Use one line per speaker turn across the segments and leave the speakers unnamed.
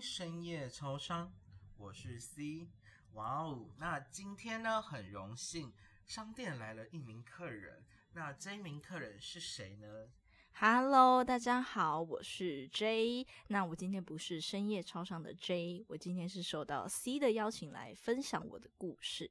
深夜超商，我是 C。哇哦，那今天呢，很荣幸，商店来了一名客人。那这一名客人是谁呢？
Hello，大家好，我是 J。那我今天不是深夜超商的 J，我今天是受到 C 的邀请来分享我的故事。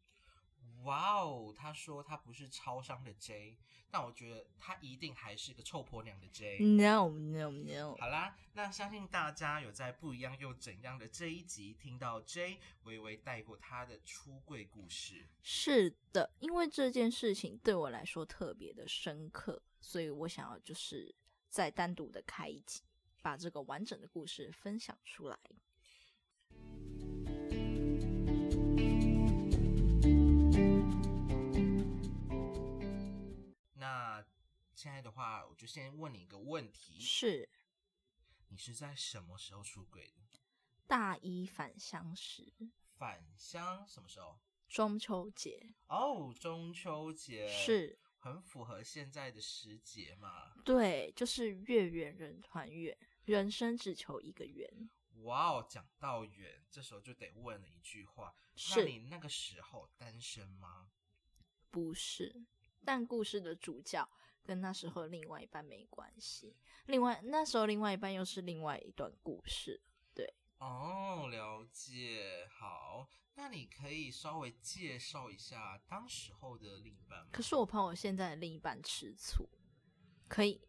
哇哦，他说他不是超商的 J，但我觉得他一定还是个臭婆娘的 J。
No No No，
好啦，那相信大家有在不一样又怎样的这一集听到 J 微微带过他的出柜故事。
是的，因为这件事情对我来说特别的深刻，所以我想要就是再单独的开一集，把这个完整的故事分享出来。
那现在的话，我就先问你一个问题：
是
你是在什么时候出轨的？
大一返乡时，
返乡什么时候？
中秋节
哦，中秋节
是
很符合现在的时节嘛？
对，就是月圆人团圆，人生只求一个圆。
哇哦，讲到远，这时候就得问了一句话：那
是
你那个时候单身吗？
不是？但故事的主角跟那时候另外一半没关系，另外那时候另外一半又是另外一段故事。
哦，了解。好，那你可以稍微介绍一下当时候的另一半吗？
可是我怕我现在的另一半吃醋，可以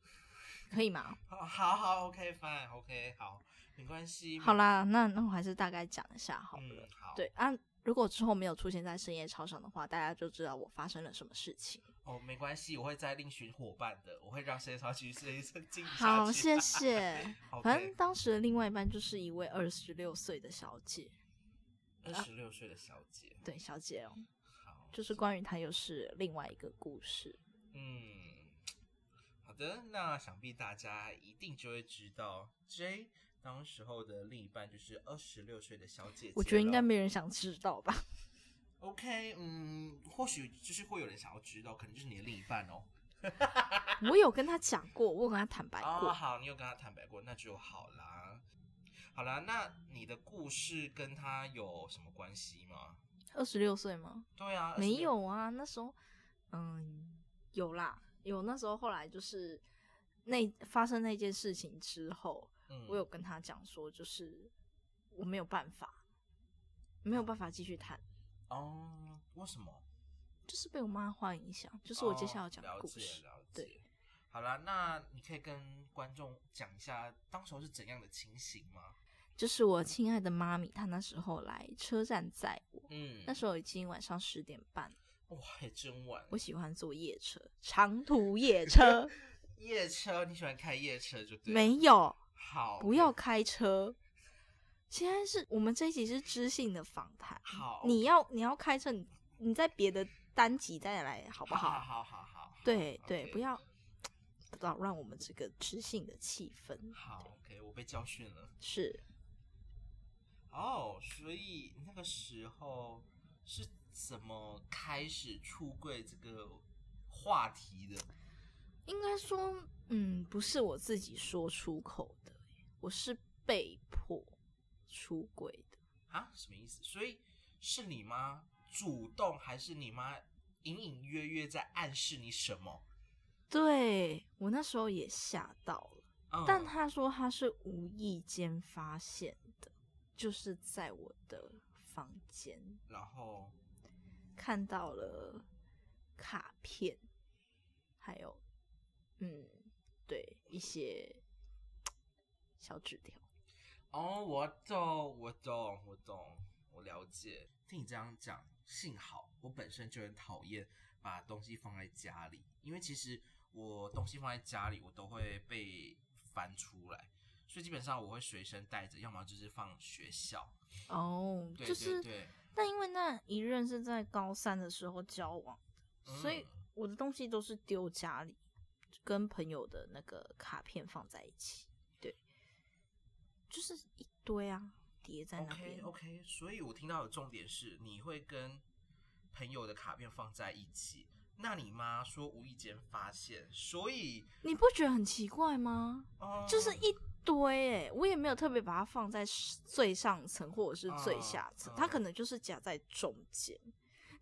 可以吗？
好好好，OK fine OK 好，没关系。
好，啦，那那我还是大概讲一下好了。
嗯，好，
对啊，如果之后没有出现在深夜超商的话，大家就知道我发生了什么事情。
哦，没关系，我会再另寻伙伴的，我会让谁超继续进行下
好，
去
谢。谢。
OK
反正当时的另外一半就是一位二十六岁的小姐，
二十六岁的小姐，
对，小姐哦，
好，
就是关于她又是另外一个故事。
嗯，好的，那想必大家一定就会知道 J 当时候的另一半就是二十六岁的小姐姐了。
我觉得应该没人想知道 吧？
OK，嗯，或许就是会有人想要知道，可能就是你的另一半哦。
我有跟她讲过，我有跟她坦白
哦，
过。
好，你有跟他坦白过，那就好啦。好啦，那你的故事跟他有什么关系吗？
二十六岁吗？
对啊，
没
26
有啊，那时候，嗯，有啦，有。那时候后来就是那发生那件事情之后，
嗯
我有跟她讲说，就是我没有办法，没有办法继续谈。
哦，为什么？
就是被我妈话影响，就是我接下来要讲
哦
的
了
故
解
事。
了解。
对
好啦，那你可以跟观众讲一下当时候是怎样的情形吗？
就是我亲爱的妈咪，她那时候来车站载我，
嗯，
那时候已经晚上十点半。
哇，还真晚。
我喜欢坐夜车，长 途夜车
夜车，你喜欢开夜车就对了。
没有，
好，
不要开车。现在是我们这一集是知性的访谈，
好，
你要你要开车，你你在别的单集再来好不
好
好？
好好好好，嗯
对对
OK
不要老让我们这个知性的气氛
好，OK，我被教训了。
是
哦，所以那个时候是怎么开始出柜这个话题的？
应该说，嗯，不是我自己说出口的，我是被迫出轨的。
啊，什么意思？所以是你妈主动，还是你妈隐隐约约在暗示你什么？
对我那时候也吓到了，
嗯，
但他说他是无意间发现的，就是在我的房间
然后
看到了卡片，还有，嗯，对一些小纸条。
哦，我懂，我懂，我懂，我了解。听你这样讲，幸好我本身就很讨厌把东西放在家里，因为其实我东西放在家里，我都会被翻出来，所以基本上我会随身带着，要么就是放学校。
哦、
对
就
对
是
对，
但因为那一任是在高三的时候交往的，所以
嗯
我的东西都是丢家里，跟朋友的那个卡片放在一起，对，就是一堆啊，叠在那
OK
边。
OK，所以我听到的重点是，你会跟朋友的卡片放在一起。那你妈说无意间发现，所以
你不觉得很奇怪吗？
哦，
就是一堆哎、我也没有特别把它放在最上层或者是最下层，
嗯嗯
它可能就是夹在中间。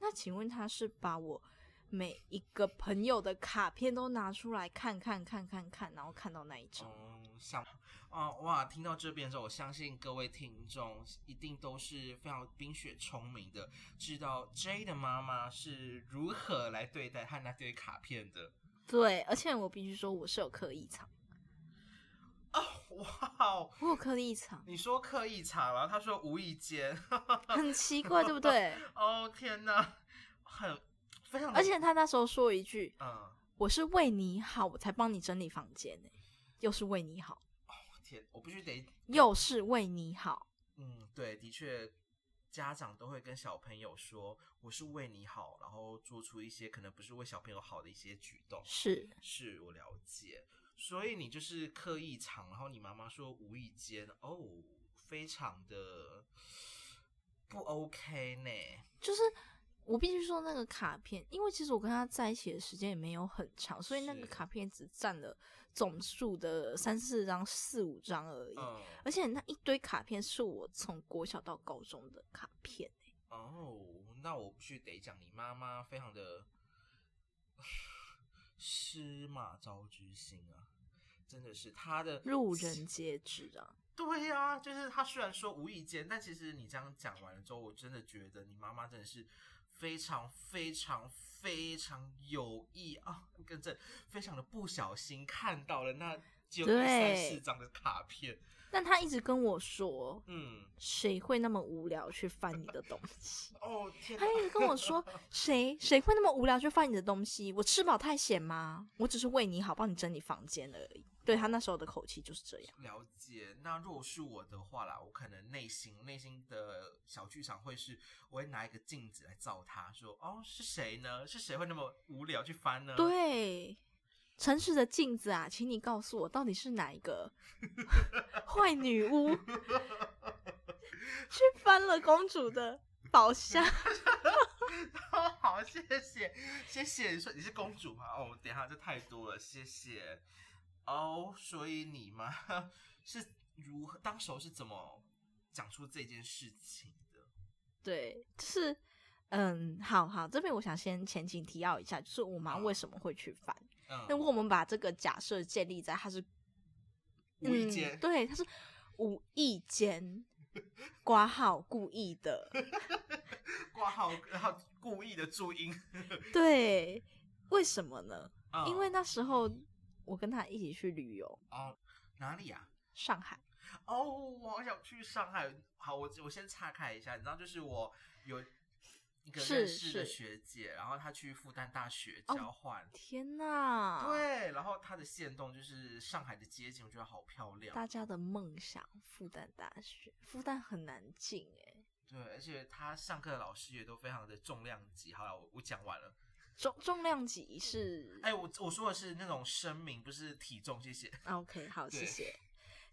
那请问他是把我每一个朋友的卡片都拿出来看看看看看，然后看到那一张？
嗯，想啊哇！听到这边的时候，我相信各位听众一定都是非常冰雪聪明的，知道 J 的妈妈是如何来对待和那堆卡片的。
对，而且我必须说我是有刻意藏，
哦，哇哦！
我有刻 意藏，
你说刻意查了，他说无意间。
很奇怪，对不对？
哦天哪，很非常的，
而且他那时候说一句
嗯，：“
我是为你好，我才帮你整理房间呢、又是为你好，
天，我必须得
又是为你好。
嗯，对，的确，家长都会跟小朋友说我是为你好，然后做出一些可能不是为小朋友好的一些举动。
是
是我了解，所以你就是刻意藏，然后你妈妈说无意间，哦，非常的不 OK 呢。
就是我必须说那个卡片，因为其实我跟他在一起的时间也没有很长，所以那个
是
卡片只占了总数的三四张、四五张而已。
嗯，
而且那一堆卡片是我从国小到高中的卡片，
哦，那我必须得讲，你妈妈非常 的司马昭之心啊，真的是她的
路人皆知啊。
对呀、就是他虽然说无意间，但其实你这样讲完了之后，我真的觉得你妈妈真的是非常非常非常有意啊，跟着非常的不小心看到了那只有一三
对
四张的卡片，
但他一直跟我说，
嗯，
谁会那么无聊去翻你的东西？
哦天哪
他，一直跟我说，谁谁会那么无聊去翻你的东西？我吃饱太闲吗？我只是为你好，帮你整理房间而已。对他那时候的口气就是这样。
了解。那如果是我的话啦，我可能内心内心的小剧场会是，我会拿一个镜子来照他，说哦是谁呢？是谁会那么无聊去翻呢？
对，诚实的镜子啊，请你告诉我，到底是哪一 个坏女巫去翻了公主的 宝箱？
好，谢谢，谢谢。你说你是公主吗？哦，等一下，这太多了，谢谢。哦，所以你妈 是如何，当时候是怎么讲出这件事情的？
对，就是嗯，好好，这边我想先前情提要一下，就是我妈
好
为什么会去翻？那
嗯，
如果我们把这个假设建立在她是
无意间
嗯，，对，她是无意 间挂号故意的，
挂号，然后故意的注音，
对，为什么呢？
嗯
因为那时候我跟她一起去旅游，
哦，哪里呀、
上海。
哦，我好想去上海。好，我我先岔开一下，你知道，就是我有一个认
是
识的
是
学姐，然后她去复旦大学
哦
交换。
天呐！，
对，然后它的线动就是上海的街景，我觉得好漂亮。
大家的梦想，复旦大学，复旦很难进哎、
对，而且他上课的老师也都非常的重量级。好了，我我讲完了。
重重量级是
哎，我我说的是那种声明，不是体重，谢谢。
啊 OK，好，谢
对
谢。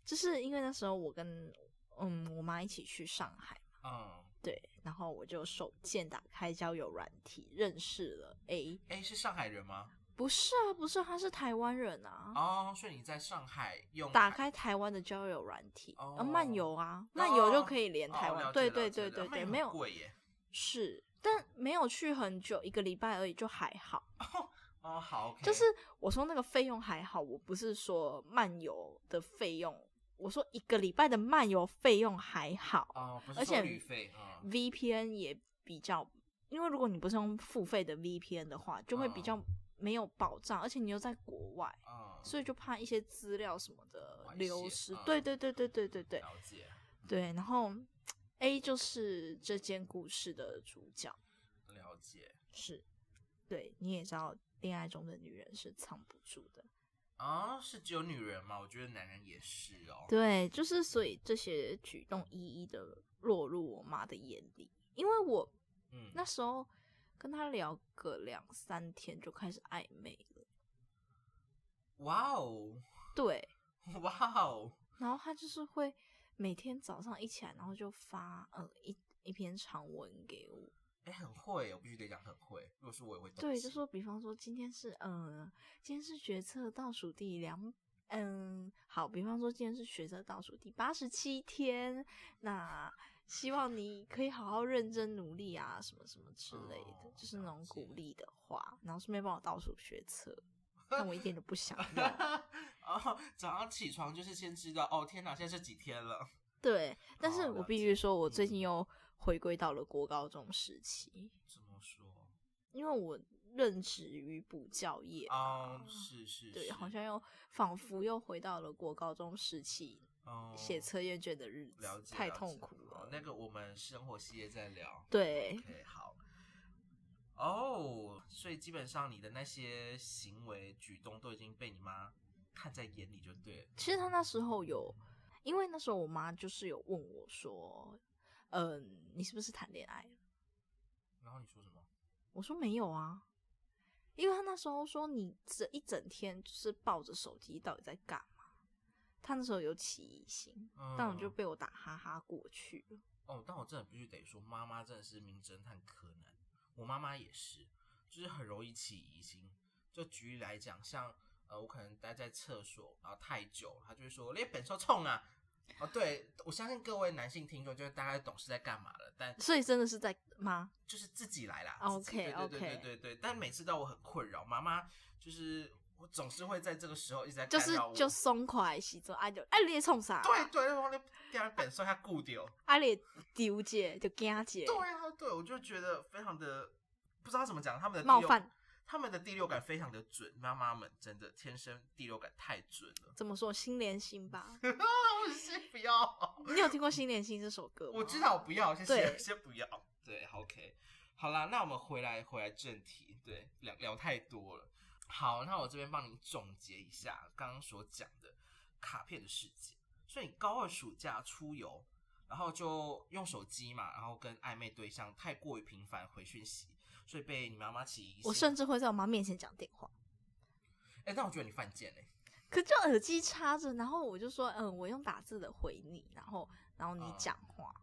就是因为那时候我跟嗯我妈一起去上海，
嗯，
对，然后我就手贱打开交友软体，认识了 A，
哎，是上海人吗？
不是啊，不是啊，他是台湾人啊。
哦，所以你在上海用
打开台湾的交友软体，
哦
啊，漫游啊，漫游就可以连台湾，
哦了解
对
了
对
解了
对对
那
对，
也
没
很
有
贵耶。
是，但没有去很久，一个礼拜而已，就还好。
哦，好，OK，
就是我说那个费用还好，我不是说漫游的费用，我说一个礼拜的漫游费用还好、
哦，不是
而
说
且
旅费啊，嗯
v p n 也比较，因为如果你不是用付费的 VPN 的话，就会比
嗯
较没有保障，而且你又在国外，
嗯，
所以就怕一些资料什么的
外
流
泄
失。
嗯
对对对对对对对
了解
对，然后 A 就是这件故事的主角，
了解。
是对你也知道，恋爱中的女人是藏不住的。
啊，是只有女人吗？我觉得男人也是哦。
对，就是所以这些举动一一的落入我妈的眼里，因为我
嗯，
那时候跟她聊个两三天就开始暧昧了，
哇哦，
对，
哇哦，
然后她就是会每天早上一起来，然后就发嗯一一篇长文给我，
哎、很会，我必须得讲很会。如果 是我也会动
对，
气
就说比方说今天是嗯、呃今天是决策倒数第两嗯，好，比方说今天是学测倒数第八十七天，那希望你可以好好认真努力啊，什么什么之类的，
哦
就是那种
了解
鼓励的话，然后顺便帮我倒数学测，但我一点都 不想要。
哦，早上起床就是先知道哦，天哪，现在是几天了？
对，但是
哦
我
了
必
解
须说，我最近
嗯
又回归到了国高中时期，
怎么说？
因为我任职于补教业
哦
嘛，
是是，
啊对，
是
好像又仿佛又回到了国高中时期
哦
写测验卷的日
了
子，
解
太
了
痛
解
苦
好
了。
那个我们生活系列再聊。
对，
OK，好。哦、所以基本上你的那些行为举动都已经被你妈看在眼里，就对了。
其实他那时候有，因为那时候我妈就是有问我说，嗯，你是不是谈恋爱了？
然后你说什么？
我说没有啊，因为他那时候说你这一整天就是抱着手机，到底在干嘛？他那时候有起疑心，
嗯
但我就被我打哈哈过去了。
哦，但我真的必须得说，妈妈真的是名侦探柯南，我妈妈也是，就是很容易起疑心。就举例来讲，像呃，我可能待在厕所然后太久，她就会说：“你本臭冲啊！”哦，对，我相信各位男性听众就是大概懂是在干嘛了，但
所以真的是在吗？
就是自己来啦。
OK，
自己对对
OK
对对对对。但每次到我很困扰，妈妈就是我总是会在这个时候一直在
就
干
是
扰我。
就松快洗澡，哎就哎你在冲啥？
对，对，我那家本身他固丢。
哎你在丢姐就惊姐，
对啊，对，我就觉得非常的不知道怎么讲，他们的第
冒
六
犯，
他们的第六感非常的准，妈妈们真的天生第六感太准了。
怎么说心连心吧？
我先不要，
你有听过《心连心》这首歌吗？
我知道我不要，先
啊对
先先不要。对，OK，好啦，那我们回来回来正题，对，聊聊太多了。好，那我这边帮你总结一下刚刚所讲的卡片的事情。所以你高二暑假出游，然后就用手机嘛，然后跟暧昧对象太过于频繁回讯息，所以被你妈妈起疑心。
我甚至会在我妈面前讲电话，
哎、但我觉得你犯贱哎、
可就耳机插着，然后我就说，嗯，我用打字的回你，然后然后你
嗯
讲话，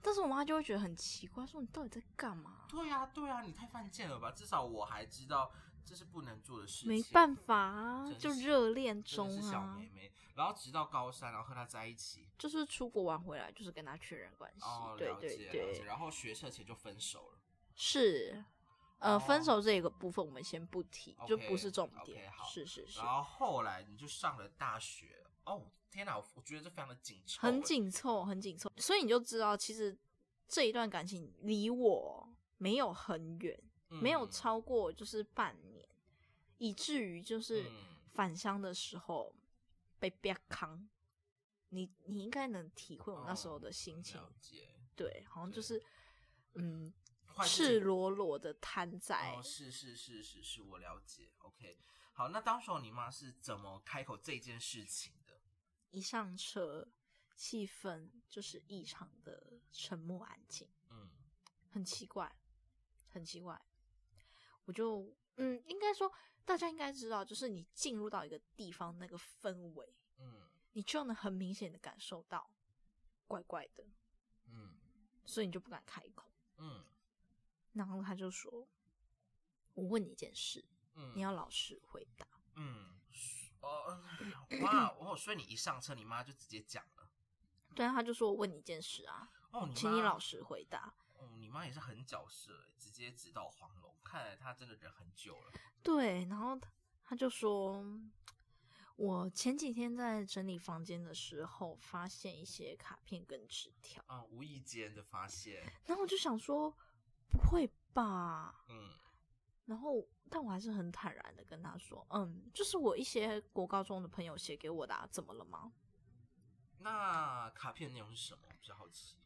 但是我妈就会觉得很奇怪，说你到底在干嘛？
对呀、对呀、你太犯贱了吧？至少我还知道这是不能做的事情。
没办法啊，
真
就是热恋
真的
中
是小
啊
妹，妹。然后直到高三，然后和她在一起。
就是出国玩回来就是跟她确认关系，
哦，
对
了
对
解了解。
对，
然后学测前就分手了。
是。呃，分
哦
手这个部分我们先不提，就不是
OK，
重
OK，
点。
好
是是是
然，后后来你就上了大学。哦，天哪，我我觉得这非常的紧凑，欸
很。紧凑，很紧凑，所以你就知道，其实这一段感情离我没有很远，没有
嗯
超过就是半年，以至于就是
嗯
返乡的时候被憋康。你你应该能体会我那时候的心情，
哦了解。
对，好像就
对
是嗯，
换自己
赤裸裸的摊在
哦，是是是是是，我了解。OK，好，那当时候你妈是怎么开口这件事情的？
一上车，气氛就是异常的沉默安静。
嗯，
很奇怪，很奇怪。我就嗯，应该说大家应该知道，就是你进入到一个地方那个氛围，
嗯
你就能很明显的感受到怪怪的，
嗯
所以你就不敢开口。
嗯
然后他就说：“我问你一件事，
嗯，
你要老实回答。
嗯，哦， 哇，哦，所以你一上车，你妈就直接讲了。
对啊，他就说：“我问你一件事啊，
哦，你
请你
妈
老实回答。
哦，你妈也是很角色，直接直捣黄龙。看来她真的忍很久了。”
对，然后他他就说：“我前几天在整理房间的时候，发现一些卡片跟纸条。”
嗯，无意间的发现，
然后我就想说，不会吧？
嗯
然后，但我还是很坦然的跟他说，嗯，就是我一些国高中的朋友写给我的、啊，怎么了吗？
那卡片内容是什么？我比较好奇。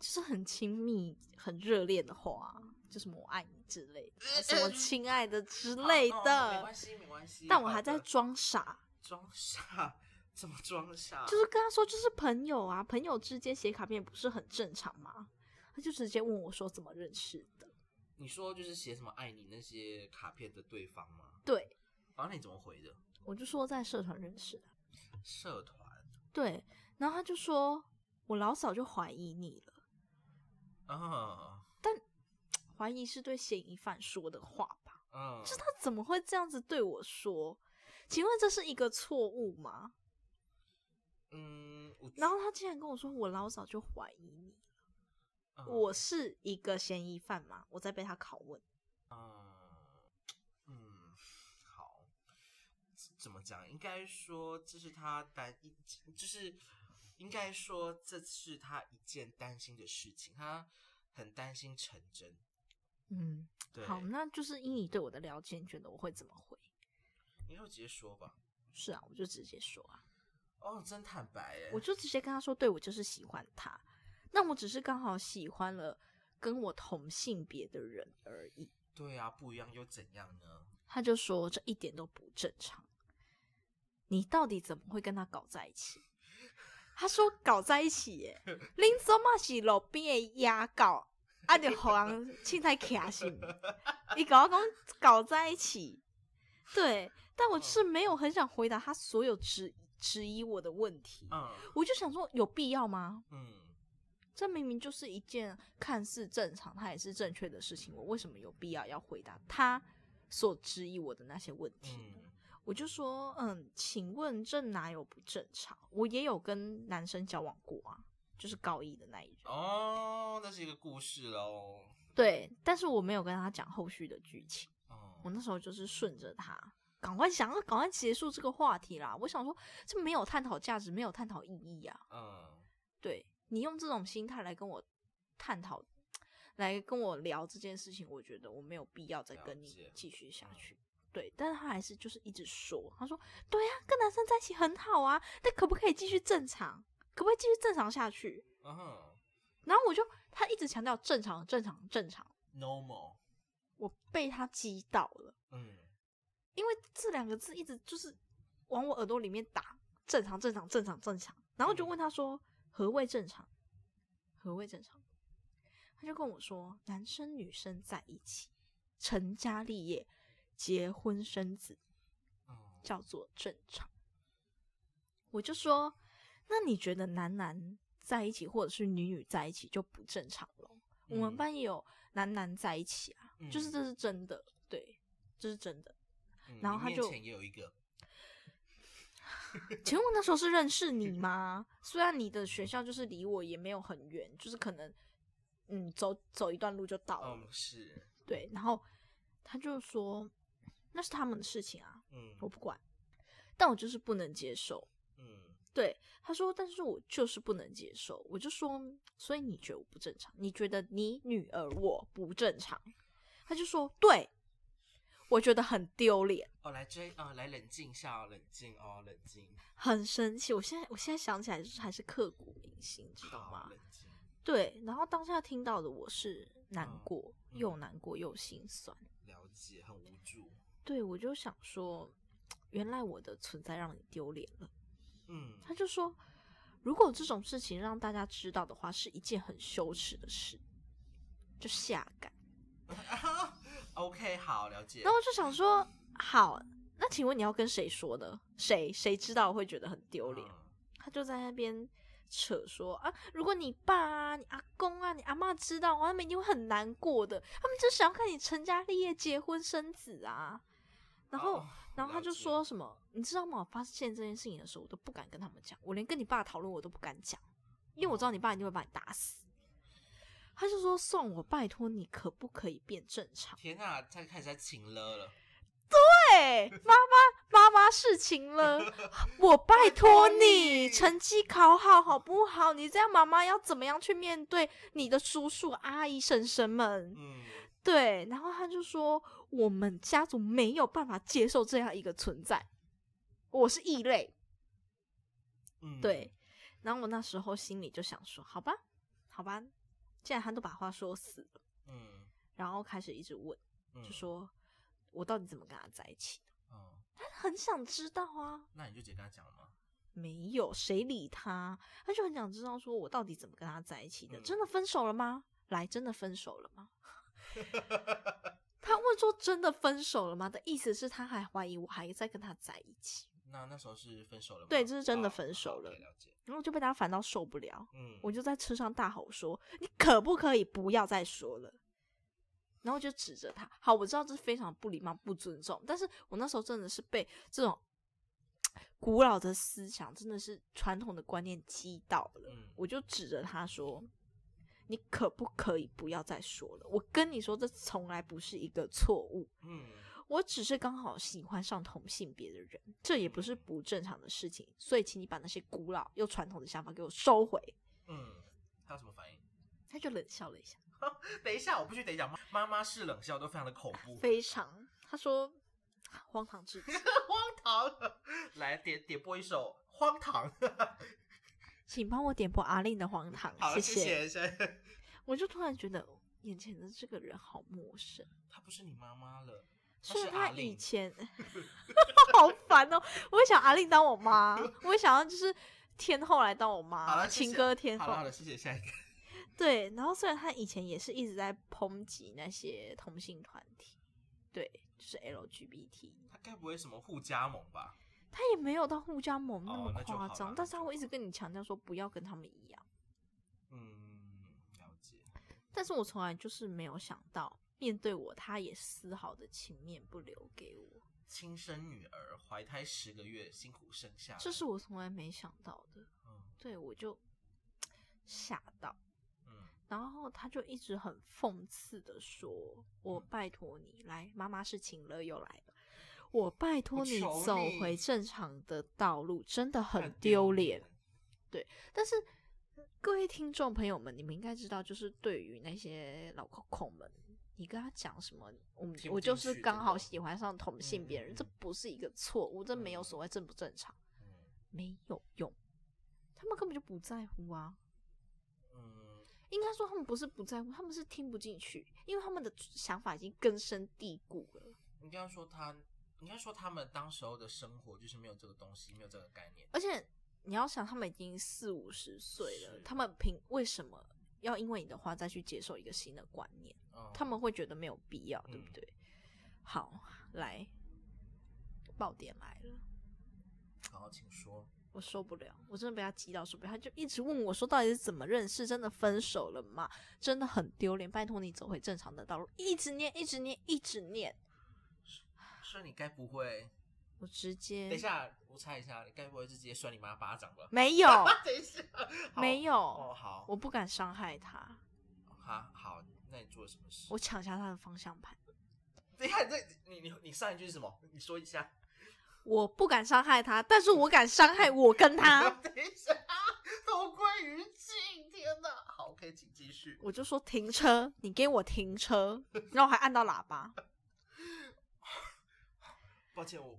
就是很亲密、很热烈的话啊、就什么我爱你之类的，什么亲爱的之类
好哦没
的
关。系，没关系。
但我
好
还在
的
装傻，
装傻，怎么装傻？
就是跟他说，就是朋友啊，朋友之间写卡片不是很正常吗？他就直接问我说怎么认识的，
你说就是写什么爱你那些卡片的对方吗？
对
然后你怎么回的？
我就说在社团认识的。
社团，
对，然后他就说：“我老早就怀疑你了，
嗯
怀疑是对嫌疑犯说的话吧？
嗯，
他怎么会这样子对我说？请问这是一个错误吗？
嗯，我
然后他竟然跟我说，我老早就怀疑你，
嗯
我是一个嫌疑犯吗？我在被他拷问。
嗯，好，怎怎么讲？应该说这是他担，一就是应该说这是他一件担心的事情，他很担心成真。
嗯，
对，
好，那就是以你对我的了解，你觉得我会怎么回？
你就直接说吧。
是啊，我就直接说啊，
哦，真坦白耶！
我就直接跟他说，对我就是喜欢他，那我只是刚好喜欢了跟我同性别的人而已。
对啊，不一样又怎样呢？
他就说这一点都不正常，你到底怎么会跟他搞在一起？他说搞在一起耶，恁祖嘛是路边的野狗，啊，就互人凊彩徛是毋？伊甲我讲搞在一起，对，但我就是没有很想回答他所有质质疑我的问题，
嗯
我就想说有必要吗？
嗯，
这明明就是一件看似正常，它也是正确的事情，我为什么有必要要回答他所质疑我的那些问题呢？
嗯，
我就说，嗯，请问这哪有不正常？我也有跟男生交往过啊，就是高一的那一种。
哦，那是一个故事喽。
对，但是我没有跟他讲后续的剧情。我
哦，
那时候就是顺着他，赶快想要赶快结束这个话题啦。我想说，这没有探讨价值，没有探讨意义啊。
嗯，
对你用这种心态来跟我探讨，来跟我聊这件事情，我觉得我没有必要再跟
了
你
解嗯
继续下去。对，但是他还是就是一直说，他说：“对呀、啊跟男生在一起很好啊，但可不可以继续正常？可不可以继续正常下去
嗯哼？”
然后我就他一直强调正常、正常、正常，
，normal，
我被他击倒了，
嗯
因为这两个字一直就是往我耳朵里面打，正常、正常、正常、正常。然后
嗯
就问他说：“何谓正常？何谓正常？”他就跟我说：“男生女生在一起，成家立业，结婚生子，
嗯，
叫做正常。”我就说：“那你觉得男男在一起，或者是女女在一起就不正常了？我们
嗯
班也有男男在一起啊，就是
嗯
这是真的，对，这是真的。”
嗯
然后
你
他
面
就
前也有一个，
请问我那时候是认识你吗？虽然你的学校就是离我也没有很远，就是可能嗯走走一段路就到了。
嗯，是，
对，然后他就说那是他们的事情啊，
嗯
我不管，但我就是不能接受。
嗯
对，他说，但是我就是不能接受。我就说，所以你觉得我不正常？你觉得你女儿我不正常？他就说，对，我觉得很丢脸。
哦，来追啊、来冷静一下哦，冷静哦，冷静，
很生气，我现在我现在想起来就是还是刻骨铭心，知道
好
吗？
冷静，
对，然后当下听到的我是难
嗯
过，
嗯
又难过又心酸。
了解，很无助，
对我就想说，原来我的存在让你丢脸了。
嗯
他就说，如果这种事情让大家知道的话，是一件很羞耻的事，就下岗。
，OK，好，了解
然，后我就想说，好，那请问你要跟谁说呢？谁谁知道会觉得很丢脸？
嗯
他就在那边扯说啊，如果你爸啊、你阿公啊、你阿妈知道啊，他们一定会很难过的。他们就想要看你成家立业、结婚生子啊。然后，
哦
然后他
了
就
解
说什么，你知道吗？我发现这件事情的时候，我都不敢跟他们讲，我连跟你爸讨论我都不敢讲，因为我知道你爸一定会把你打死。他就说：“送我，拜托你，可不可以变正常？”
天哪、他开始在请了了，
对，妈妈，妈妈事情了，我拜托你，成绩考好好不好？你这样，妈妈要怎么样去面对你的叔叔、阿姨、婶婶们？
嗯
对，然后他就说，我们家族没有办法接受这样一个存在，我是异类。
嗯，
对，，然后我那时候心里就想说，好吧，好吧，既然他都把话说死了，
嗯
然后开始一直问，
嗯，
就说我到底怎么跟他在一起的？
嗯，
他很想知道啊，
那你就直接跟他讲了吗？
没有，谁理他？他就很想知道，说我到底怎么跟他在一起的？
嗯
真的分手了吗？来，真的分手了吗？ 他问说真的分手了吗？的意思是他还怀疑我还在跟他在一起，
那那时候是分手了吗？
对这是真的
哦
分手
好，OK，
了
了解，
然后我就被他烦到受不了，
嗯，
我就在车上大吼说：“你可不可以不要再说了？”然后就指着他。好，我知道这非常不礼貌、不尊重，但是我那时候真的是被这种古老的思想，真的是传统的观念击倒了。
嗯
我就指着他说：“你可不可以不要再说了？我跟你说，这从来不是一个错误，
嗯，
我只是刚好喜欢上同性别的人，这也不是不正常的事情。所以，请你把那些古老又传统的想法给我收回。”
嗯，他有什么反应？
他就冷笑了一下，
等一下，我必须得讲，妈妈是冷笑都非常的恐怖，
非常，他说荒唐至极。
荒唐。 来点点播一首《荒唐》，
请帮我点播阿令的《荒唐
好，》，
谢
谢谢。
我就突然觉得眼前的这个人好陌生，
她不是你妈妈了，她
虽然
阿
他以
令。
前 好烦哦，我也想阿令当我妈， 我也想要就是天后来当我
好
妈，
了，谢谢
情歌啊天
好了好
后
了，。谢谢下一个。
对，然后虽然他以前也是一直在抨击那些同性团体，对，就是 LGBT，
他该不会什么互加盟吧？
他也没有到互加盟那
哦
么
那就
夸
好
张，
啦那
但是他
就
会一直跟你强调说不要跟他们一样。
嗯，了解。
但是我从来就是没有想到，面对我，他也丝毫的情面不留给我，
亲生女儿怀胎十个月，辛苦生下来。
这是我从来没想到的。
嗯
对我就吓到，
嗯
然后他就一直很讽刺的说：“我
嗯
拜托你，来，妈妈是情了又来了。”我拜托你
求
走
你
回正常的道路，真的很
很
丢
丢
脸
脸。
但是各位听众朋友们，你们应该知道，就是对于那些老扣扣们，你跟他讲什么，我们
听不
我就
进
是
去
刚
真
好
的
喜欢上同性别人，
嗯嗯嗯
这不是一个错误，这没有
嗯
所谓正不正常，
嗯
没有用，他们根本就不在乎啊。
嗯，
应该说他们不是不在乎，他们是听不进去，因为他们的想法已经根深蒂固了。
应该说他，应该说他们当时候的生活就是没有这个东西，没有这个概念。
而且你要想，他们已经四五十岁了
是，
他们凭为什么要因为你的话再去接受一个新的观念？
嗯，
他们会觉得没有必要，
嗯
对不对？好，来，爆点来了，
好好请说。
我受不了，我真的被他激到受不了。他就一直问我说，到底是怎么认识？真的分手了吗？真的很丢脸，拜托你走回正常的道路。一直念，一直念，一直念，
说你该不会，
我直接
等一下我猜一下，你该不会是直接摔你妈巴掌吧？
没有，
等一下，好
没有
哦，好，
我不敢伤害他，
哈好，那你做了什么事？
我抢下他的方向盘，
等一下，这你你你上一句是什么？你说一下。
我不敢伤害他，但是我敢伤害我跟他。
等一下，同归于尽！天哪，好，OK，请继续。
我就说停车，你给我停车， 然后我还按到喇叭。
抱歉，我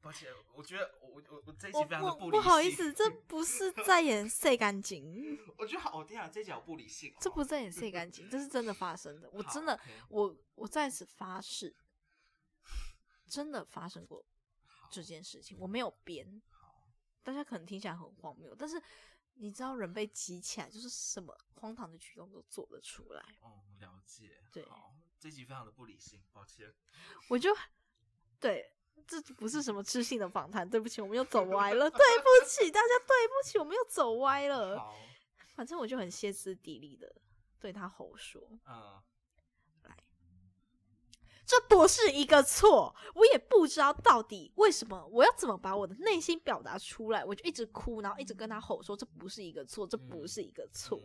抱歉，我觉得我我我这一集
我
非常的理
不
性。
不好意 思，这不是在演晒干净，
我觉得好，我天啊，这一集好不理性哦。
这不是在演晒干净，这是真的发生的。我
好
真的
OK，
我我在此发誓，真的发生过这件事情，我没有编。大家可能听起来很荒谬，但是你知道人被激起来，就是什么荒唐的举动都做得出来。
哦，了解。
对
好，这一集非常的不理性，抱歉。
我就对，这不是什么知性的访谈，对不起，我们又走歪了，对不起大家，对不起，我们又走歪了。
好，
反正我就很歇斯底里的对他吼说
嗯，：“
这不是一个错，我也不知道到底为什么，我要怎么把我的内心表达出来。”我就一直哭，然后一直跟他吼说：“这不是一个错，这不是一个错。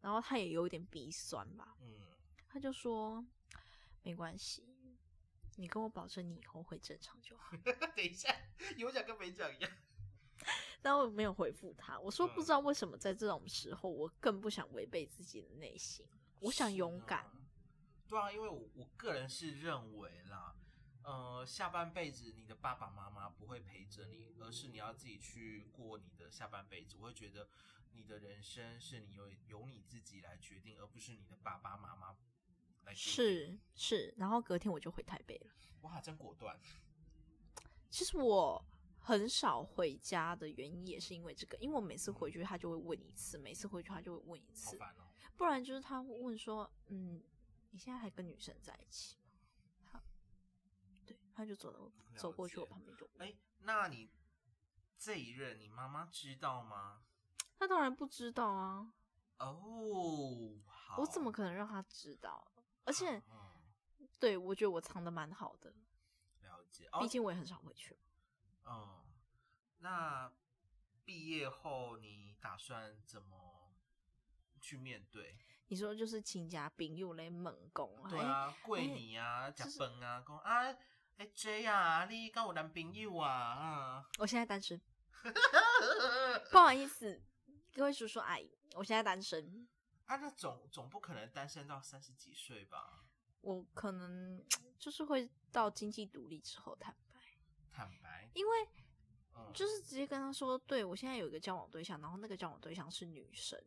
然后他也有一点鼻酸吧，
嗯，嗯，
他就说：“没关系，你跟我保证你以后会正常就好。”
等一下，有讲跟没讲一样。
但我没有回复他。我说
嗯
不知道为什么在这种时候，我更不想违背自己的内心，我想勇敢。
是啊。对啊，因为我我个人是认为啦，呃，下半辈子你的爸爸妈妈不会陪着你，而是你要自己去过你的下半辈子。我会觉得你的人生是你由由你自己来决定，而不是你的爸爸妈妈来决定。
是是，然后隔天我就回台北了。
哇，真果断。
其实我很少回家的原因也是因为这个，因为我每次回去他就会问一次，每次回去他就会问一
嗯好
次，
烦哦。
不然就是他会问说，嗯，你现在还跟女生在一起吗？他对，他就走到
了
走过去
解
我旁边就问，
哎，那你这一任你妈妈知道吗？
他当然不知道啊，
哦，好，
我怎么可能让他知道？而且。
嗯
对，我觉得我藏的蛮好的，
了解？哦
毕，竟我也很少回去。
嗯，那毕业后你打算怎么去面对？
你说就是请假丙又来猛攻，
对
哎，
啊，跪你啊，假崩啊，讲啊，哎 J 啊，你跟我男朋友啊啊，
我现在 单身，不好意思，各位叔叔阿姨，我现在单身，
啊，那总总不可能单身到三十几岁吧？
我可能就是会到经济独立之后坦白，
坦白，
因为
嗯，
就是直接跟他说，对我现在有一个交往对象，然后那个交往对象是女生，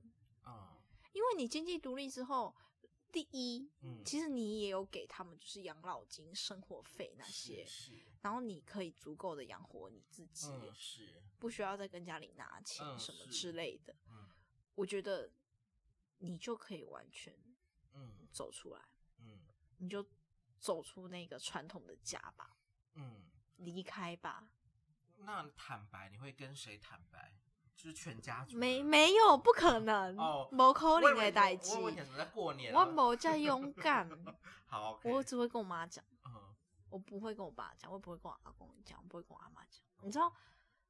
嗯
因为你经济独立之后，第一，
嗯，
其实你也有给他们就是养老金、生活费那些，
是是
然后你可以足够的养活你自己，
嗯是
不需要再跟家里拿钱
嗯
什么
是
之类的。
嗯
我觉得你就可以完全
嗯
走出来，
嗯
你就走出那个传统的家吧，
嗯，
离开吧。
那坦白你会跟谁坦白？就是全家族
没
人
没有，不可能，
哦
没可
我以
能
为
的
你
代志
我。我以为你在过年啊，
我没这勇敢，
好，OK，
我只会跟我妈讲，
嗯
我不会跟我爸讲，我也不会跟我阿公讲，我不会跟我阿妈讲。你知道，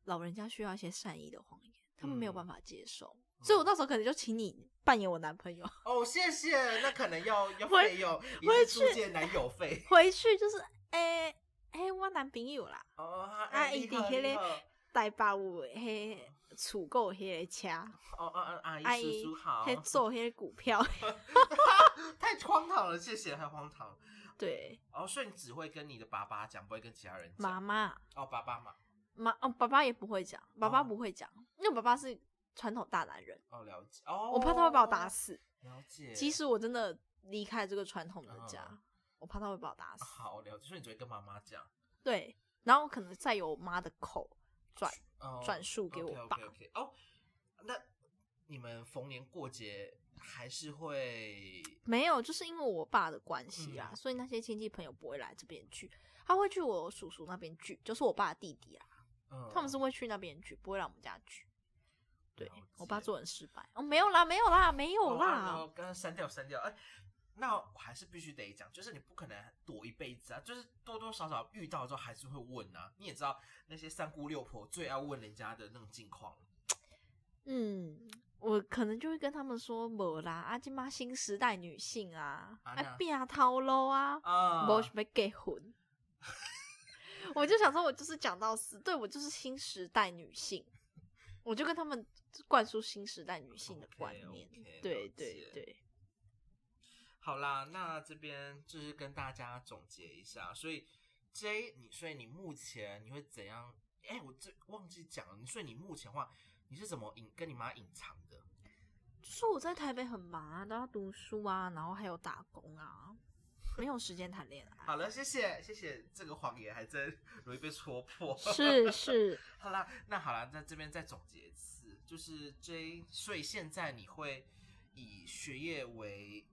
老人家需要一些善意的谎言，他们没有
嗯
办法接受，所以我到时候可能就请你扮演我男朋友，
哦，谢谢，那可能要要
我也
费用，以
我也
及租
去
借男友费。
回去就是诶诶、我男朋友啦，
哦，
啊，
啊
伊
姨
伫迄个台北有迄厝购迄个车，
哦哦哦，阿
啊
姨
伊
叔叔好，
迄做迄个股票，
太荒唐了，谢谢，太荒唐了。
对，
哦，所以你只会跟你的爸爸讲，不会跟其他人讲。
妈妈
哦，爸爸嘛，
妈哦，爸爸也不会讲，爸爸
哦
不会讲，因为我爸爸是传统大男人，
哦，了解。哦，
我怕他会把我打。死。
了解。
即使我真的离开这个传统的
嗯
家，我怕他会把我打死。
好了解，所以你只会跟妈妈讲，
对，然后可能再由我妈的口转，
哦
转述给我爸
OK OK，哦，那你们逢年过节还是会
没有，就是因为我爸的关系啦，
嗯
所以那些亲戚朋友不会来这边聚，他会去我叔叔那边聚，就是我爸的弟弟啦。啊
嗯，
他们是会去那边聚，不会来我们家聚。对
了解
我爸做人失败，哦，没有啦，没有啦，没有
哦啊
啦，
哦刚刚删掉删掉，哎、那我还是必须得讲，就是你不可能躲一辈子啊，就是多多少少遇到之后还是会问啊。你也知道那些三姑六婆最爱问人家的那种近况，
嗯，我可能就会跟他们说，没啦，阿金妈新时代女性啊，
啊
哎
那，
变头路啊，
啊，
没想要结 婚。我就想说，我就是讲到死，对我就是新时代女性，我就跟他们灌输新时代女性的观念。
OK，OK，
对
了
对
解
对，
好啦，那这边就是跟大家总结一下，所以 J，你所以你目前你会怎样？哎、我这忘记讲了，所以你目前的话，你是怎么隐跟你妈隐藏的？
就是我在台北很忙啊，都要读书啊，然后还有打工啊，没有时间谈恋 爱。
好了，谢谢谢谢，这个谎言还真容易被戳破。
是是，
好啦，那好啦，在这边再总结一次，就是 J，所以现在你会以学业为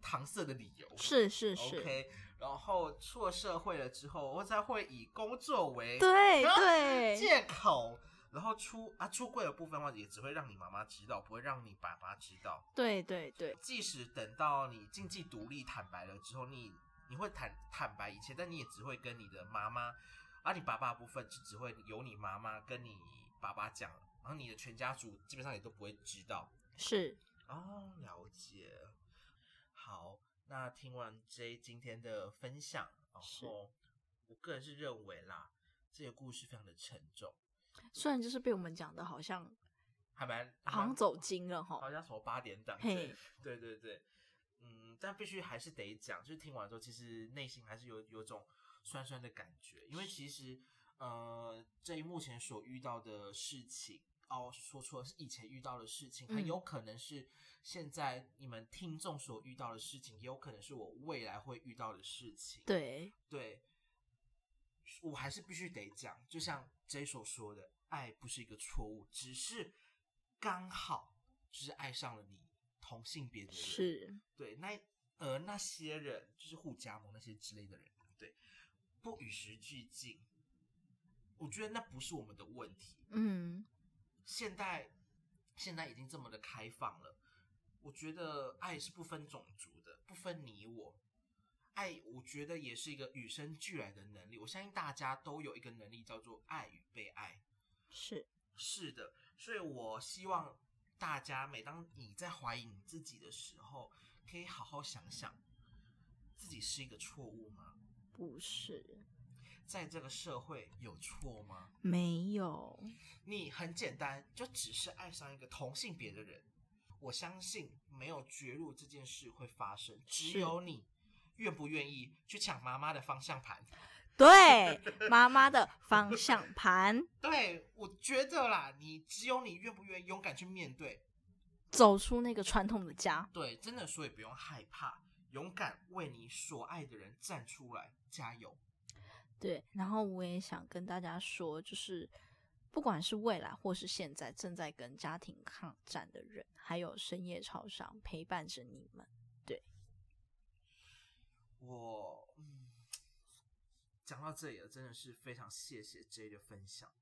搪塞的理由，
是是是
OK，然后出了社会了之后，我再会以工作为
对
啊
对，
借口，然后出啊出柜的部分的话，也只会让你妈妈知道，不会让你爸爸知道。
对对对，
即使等到你经济独立坦白了之后，你你会坦坦白一切，但你也只会跟你的妈妈，啊而、你爸爸的部分就只会由你妈妈跟你爸爸讲，然后你的全家族基本上也都不会知道。
是
哦，了解。好，那听完 J 今天的分享，然
是
后我个人是认为啦，这个故事非常的沉重，
虽然就是被我们讲的好像
还蛮还
好像
蛮
走精了哈
啊好，像什么八点档之类的，对对对，嗯，但必须还是得讲，就是听完之后，其实内心还是有有种酸酸的感觉，因为其实呃，这一目前所遇到的事情，哦，说错了，是以前遇到的事情，很
嗯
有可能是现在你们听众所遇到的事情，也有可能是我未来会遇到的事情，
对，
对，我还是必须得讲，就像 J 所说的，爱不是一个错误，只是刚好就是爱上了你同性别的人，
是
对，那呃那些人就是互加盟那些之类的人，对，不与时俱进，我觉得那不是我们的问题，
嗯，
现代现在已经这么的开放了，我觉得爱是不分种族的，不分你我。爱，我觉得也是一个与生俱来的能力。我相信大家都有一个能力叫做爱与被爱。
是
是的，所以我希望大家每当你在怀疑你自己的时候，可以好好想想，自己是一个错误吗？
不是？
在这个社会有错吗？
没有，
你很简单，就只是爱上一个同性别的人。我相信没有绝路这件事会发生，只
是
有你愿不愿意去抢妈妈的方向盘。
对，妈妈的方向盘，
对我觉得啦，你只有你愿不愿意勇敢去面对，
走出那个传统的家。
对，真的，所以不用害怕，勇敢为你所爱的人站出来，加油！
对，然后我也想跟大家说，就是不管是未来或是现在正在跟家庭抗战的人，还有深夜超商陪伴着你们。
我嗯，讲到这里了，真的是非常谢谢 J 的分享。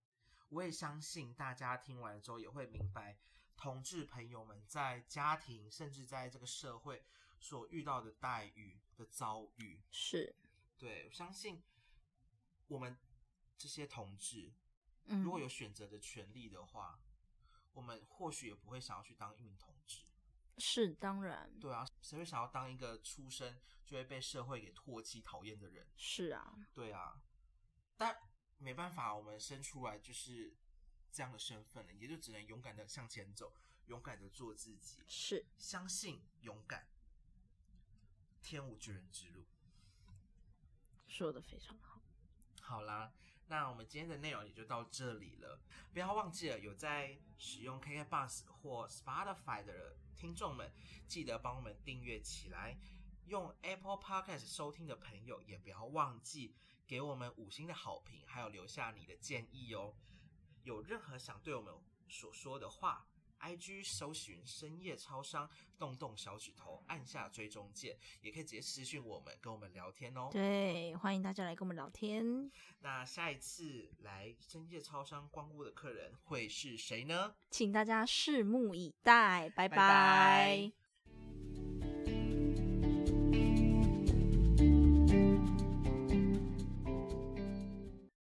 我也相信大家听完之后也会明白，同志朋友们在家庭甚至在这个社会所遇到的待遇的遭遇。
是，
对，我相信我们这些同志
嗯，
如果有选择的权利的话，我们或许也不会想要去当一名同志。
是当然，
对啊，谁会想要当一个出生就会被社会给唾弃、讨厌的人？
是啊，
对啊，但没办法，我们生出来就是这样的身份了，也就只能勇敢的向前走，勇敢的做自己，
是
相信勇敢，天无绝人之路。
说的非常好。
好啦，那我们今天的内容也就到这里了。不要忘记了，有在使用 KK Bus 或 Spotify 的听众们，记得帮我们订阅起来。用 Apple Podcast 收听的朋友，也不要忘记给我们五星的好评，还有留下你的建议哦。有任何想对我们所说的话，IG 搜寻深夜超商，动动小指头，按下追踪键，也可以直接私讯我们，跟我们聊天哦。
对，欢迎大家来跟我们聊天，
那下一次来深夜超商光顾的客人会是谁呢？
请大家拭目以待，拜
拜拜